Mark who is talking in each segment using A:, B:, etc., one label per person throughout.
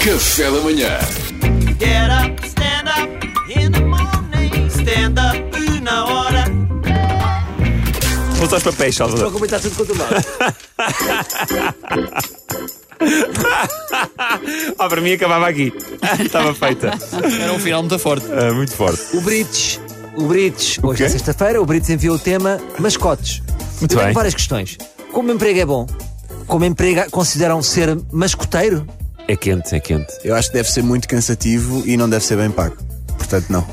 A: Café da manhã.
B: Get up, stand up in the morning. Stand up na hora.
C: Vamos aos papéis, Salvador.
D: Como está tudo controlado?
C: Ah, para mim acabava aqui. Ah, Estava feita.
E: Era um final muito forte.
C: Ah, muito forte.
D: O Brits. O Brits. Hoje é sexta-feira, o Brits enviou o tema mascotes.
C: Muito
D: Eu tenho
C: bem.
D: várias questões. Como emprego é bom? Como emprego consideram ser mascoteiro?
C: É quente, é quente.
F: Eu acho que deve ser muito cansativo e não deve ser bem pago. Portanto, não.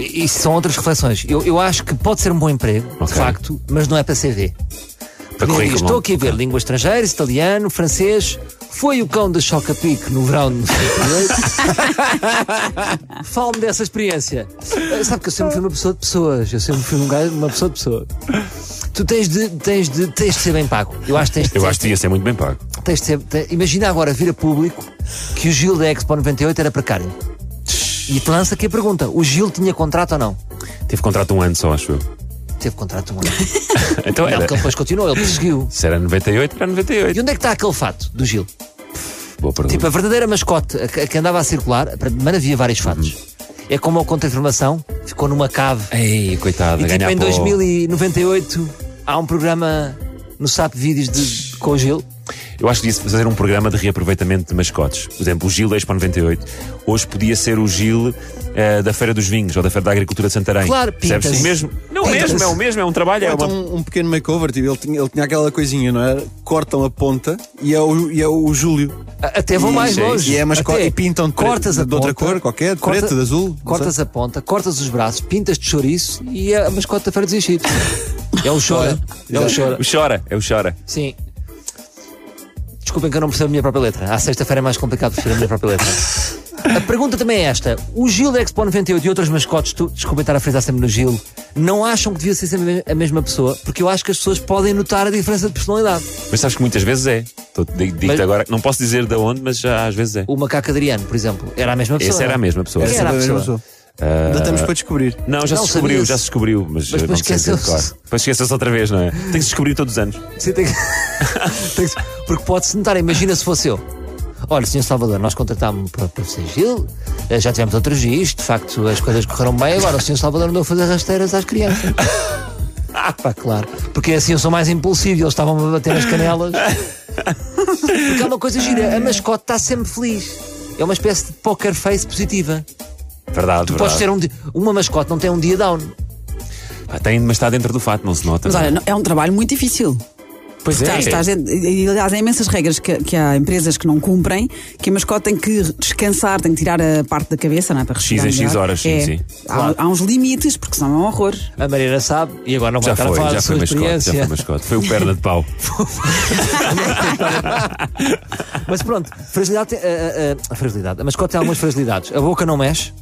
D: E- Isso são outras reflexões. Eu, eu acho que pode ser um bom emprego, de
C: Ok.
D: facto, mas não é para CV.
C: Para
D: Ninguém diz,
C: currículo.
D: Estou aqui a ver línguas estrangeiras, italiano, francês. Foi o cão da Chocapic no verão de 98. Fale-me dessa experiência. Eh, Sabe que eu sempre fui uma pessoa de pessoas. Eu sempre fui um gajo, uma pessoa de pessoas. Tu tens de, tens de, tens de ser bem pago. Eu acho que tens de,
C: Eu acho que ia ser muito bem pago.
D: tens de ser. te- imagina agora vir a público que o Gil da Expo 98 era precário. E te lança aqui a pergunta: o Gil tinha contrato ou não?
C: Teve contrato um ano só, acho eu.
D: Teve contrato um ano.
C: Então
D: Não,
C: era.
D: porque ele depois continuou, ele perseguiu.
C: Se era 98, era 98.
D: E onde é que está aquele fato do Gil?
C: Boa pergunta.
D: Tipo, a verdadeira mascote a que, a que andava a circular, para mim havia vários fatos. É como eu conto a informação, ficou numa cave.
C: Ei, coitada,
D: E tipo,
C: ganhar
D: em
C: pó.
D: 2098 há um programa no SAP Vídeos de, de- com o Gil.
C: Eu acho que devia fazer um programa de reaproveitamento de mascotes. Por exemplo, o Gil da Expo 98. Hoje podia ser o Gil eh, da Feira dos Vinhos ou da Feira da Agricultura de Santarém.
D: Claro,
C: Percebes?
D: pintas.
C: O mesmo. Não, o
D: Pintas.
C: mesmo, é o mesmo, é um trabalho. É
F: Então,
C: uma...
F: um, um pequeno makeover, tipo, ele tinha, ele tinha aquela coisinha, não é? Cortam a ponta e é o, e é o Júlio.
D: A- Até vão
F: E-
D: mais
F: e-
D: longe.
F: e é mascote-
D: Até
F: e pintam de pre-
D: cortas a
F: de outra
D: ponta,
F: cor qualquer, de preto, de azul, não
D: Cortas a ponta, cortas os braços, pintas de chouriço e é a mascote da Feira dos Enchidos. É o chora. É o chora.
C: O chora, é o chora.
D: Sim. Desculpem que eu não percebo a minha própria letra. À sexta-feira é mais complicado perceber a minha própria letra. A pergunta também é esta. O Gil da Expo 98 e outras mascotes, tu, desculpem estar a frisar sempre no Gil, não acham que devia ser sempre a mesma pessoa? Porque eu acho que as pessoas podem notar a diferença de personalidade.
C: Mas sabes que muitas vezes é. Tô- di- Digo-te
D: Mas-
C: agora, não posso dizer de onde, mas já às vezes é.
D: O macaco Adriano, por exemplo, era a mesma pessoa.
C: Essa era a
D: não é?
C: mesma pessoa.
D: Quem
C: Essa
D: era a
F: Sabe,
D: pessoa? Ah.
F: pessoa. Ainda estamos para descobrir.
C: Não, já
D: Não,
C: se descobriu,
D: sabia-se.
C: já se descobriu, mas, eh, não
D: depois
C: se entende,
D: esqueceu-se.
C: claro. Depois esqueceu-se outra vez, não é? Tem que se descobrir todos os anos.
D: Sim, tem que- tem que- Porque pode-se notar, imagina se fosse eu. Olha, Sr. Salvador, nós contratámos para, para ser Gil, eh, já tivemos outros dias, de facto as coisas correram bem, agora o Sr. Salvador andou a fazer rasteiras às crianças. Ah, pá, claro. Porque assim eu sou mais impulsivo, e eles estavam a bater as canelas. Porque há uma coisa gira, a mascote está sempre feliz. É uma espécie de poker face positiva.
C: Verdade, verdade.
D: Podes ter um di- uma mascote, não tem um dia down.
C: Ah, tem, mas está dentro do fato, não se nota.
G: Mas
C: não é?
G: olha, não- é um trabalho muito difícil.
C: pois é.
G: Estás- estás dentro- e, e, aliás, há imensas regras que, que há empresas que não cumprem, que a mascote tem que descansar, tem que tirar a parte da cabeça, não é? Para respirar.
C: em X
G: melhor.
C: horas, sim,
G: É.
C: sim.
G: Há, há uns limites, porque senão é um horror.
D: A Marina sabe, e agora não vai
C: Já
D: estar a
C: foi,
D: falar da
C: já foi
D: sua
C: mascote, já
D: experiência.
C: foi mascote. Foi o perna de pau.
D: Mas pronto, fragilidade tem. A, a, a fragilidade. A mascote tem algumas fragilidades. A boca não mexe.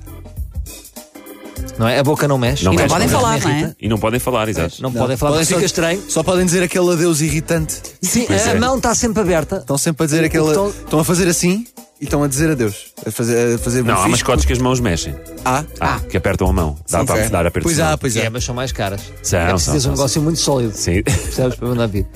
D: Não é? A boca não mexe.
C: Não
D: E
C: mexe,
G: podem
C: não
G: falar,
D: mexe,
G: não é?
D: irrita.
C: E não podem falar, exato.
D: É, Não, podem falar, mas
F: Podem só-
D: fica estranho.
F: Só podem dizer aquele adeus irritante.
D: Sim,
C: Pois
D: a
C: é.
D: mão está sempre aberta.
F: Estão sempre a dizer aquele.
D: Estão-
F: Estão a fazer assim e estão a dizer adeus. A fazer, a fazer
C: Não, há
F: bonfisco.
C: mascotes que as mãos mexem.
F: Ah,
C: Ah, que apertam a mão. Dá
F: ok.
C: para dar aperto.
F: Pois
C: de mão.
F: há, pois
D: É,
F: há.
D: mas são mais caras.
C: São,
D: é preciso
C: são,
D: teres
C: são,
D: um negócio muito sólido.
C: Sim.
D: Percebes? Para mandar vir.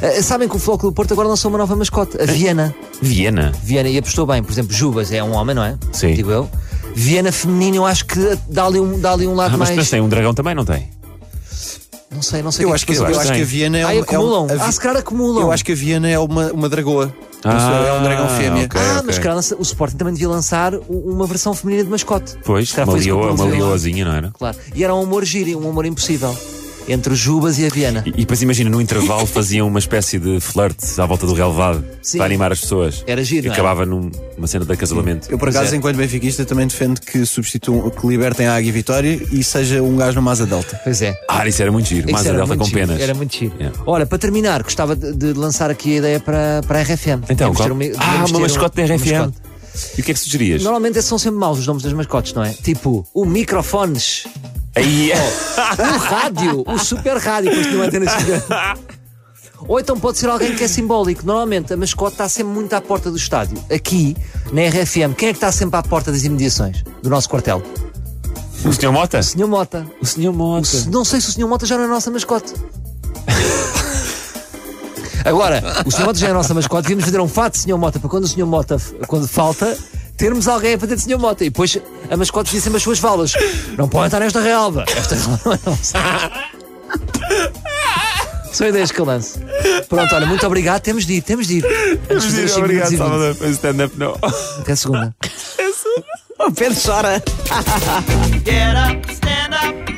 D: Ah, sabem que o Floco do Porto agora lançou uma nova mascote, a Viena.
C: Viena.
D: Viena e apostou bem. Por exemplo, Jubas é um homem, não é?
C: Sim.
D: Digo eu. Viena feminino, eu acho que dá ali um, dá ali um lado
C: Ah, mas,
D: mais.
C: mas tem um dragão também, não tem?
D: Não sei, não sei. o
F: Eu
D: que
F: acho que,
D: é
F: eu
C: Mas
F: acho
C: tem.
F: que a Viena é
D: Ah,
F: uma.
D: acumulam.
F: É um, a
D: Ah, se calhar acumulam.
F: Eu acho que a Viena é uma, uma dragoa.
C: Ah,
F: é um dragão fêmea.
C: ok.
D: ah, mas se calhar lança- o Sporting também devia lançar u- uma versão feminina de mascote.
C: Pois,
D: Se calhar
C: uma,
D: foi isso que
C: lioa, uma
D: aconteceu lá.
C: lioazinha, não era?
D: Claro. E era um humor giro, um humor impossível. Entre o Jubas e a Viena.
C: E, e depois imagina, no intervalo faziam uma espécie de flerte à volta do relevado
D: Sim.
C: para animar as pessoas.
D: Era
C: E
D: giro, não é?
C: acabava num- numa cena de acasalamento.
F: Eu, por
D: Pois
F: acaso,
D: é.
F: enquanto benfiquista, também defendo que substituam, que libertem a Águia Vitória e seja um gajo numa asa delta.
D: Pois é.
C: Ah, isso era muito giro.
D: Isso
C: Mas a
D: era
C: Delta
D: muito
C: com
D: giro,
C: penas.
D: Era muito giro. Oh,
C: Yeah.
D: Olha, para terminar, gostava de, de lançar aqui a ideia para, para a RFM.
C: Então,
D: Devíamos
C: qual?
D: ter uma-
C: Ah,
D: devíamos ter
C: uma
D: um-
C: mascote da
D: uma
C: RFM.
D: mascote.
C: E o que é que sugerias?
D: Normalmente são sempre maus os nomes das mascotes, não é? Tipo, o microfones,
C: Aí,
D: o rádio, o super rádio, depois tinha uma antena gigante. Ou então pode ser alguém que é simbólico. Normalmente a mascote está sempre muito à porta do estádio. Aqui, na RFM, quem é que está sempre à porta das imediações do nosso quartel?
C: o senhor Mota?
D: Senhor Mota.
C: O senhor
D: O
C: Mota.
D: se- Não sei se o Senhor Mota já não é a nossa mascote. Agora, o Sr. Mota já é a nossa mascote, devíamos fazer um fato de Sr. Mota para quando o Sr. Mota, f- quando falta, termos alguém a fazer de Sr. Mota. E depois a mascote devia sempre as suas valas. Não pode estar nesta relva. Esta relva não é nossa. São ideias que eu lanço. Pronto, olha, muito obrigado. Temos de ir, temos de ir. Antes de fazer cinco
C: Obrigado,
D: minutos e vinte.
C: Salvador. mas Stand-up não.
D: Até segunda.
G: O Pedro chora.
B: Get up, stand up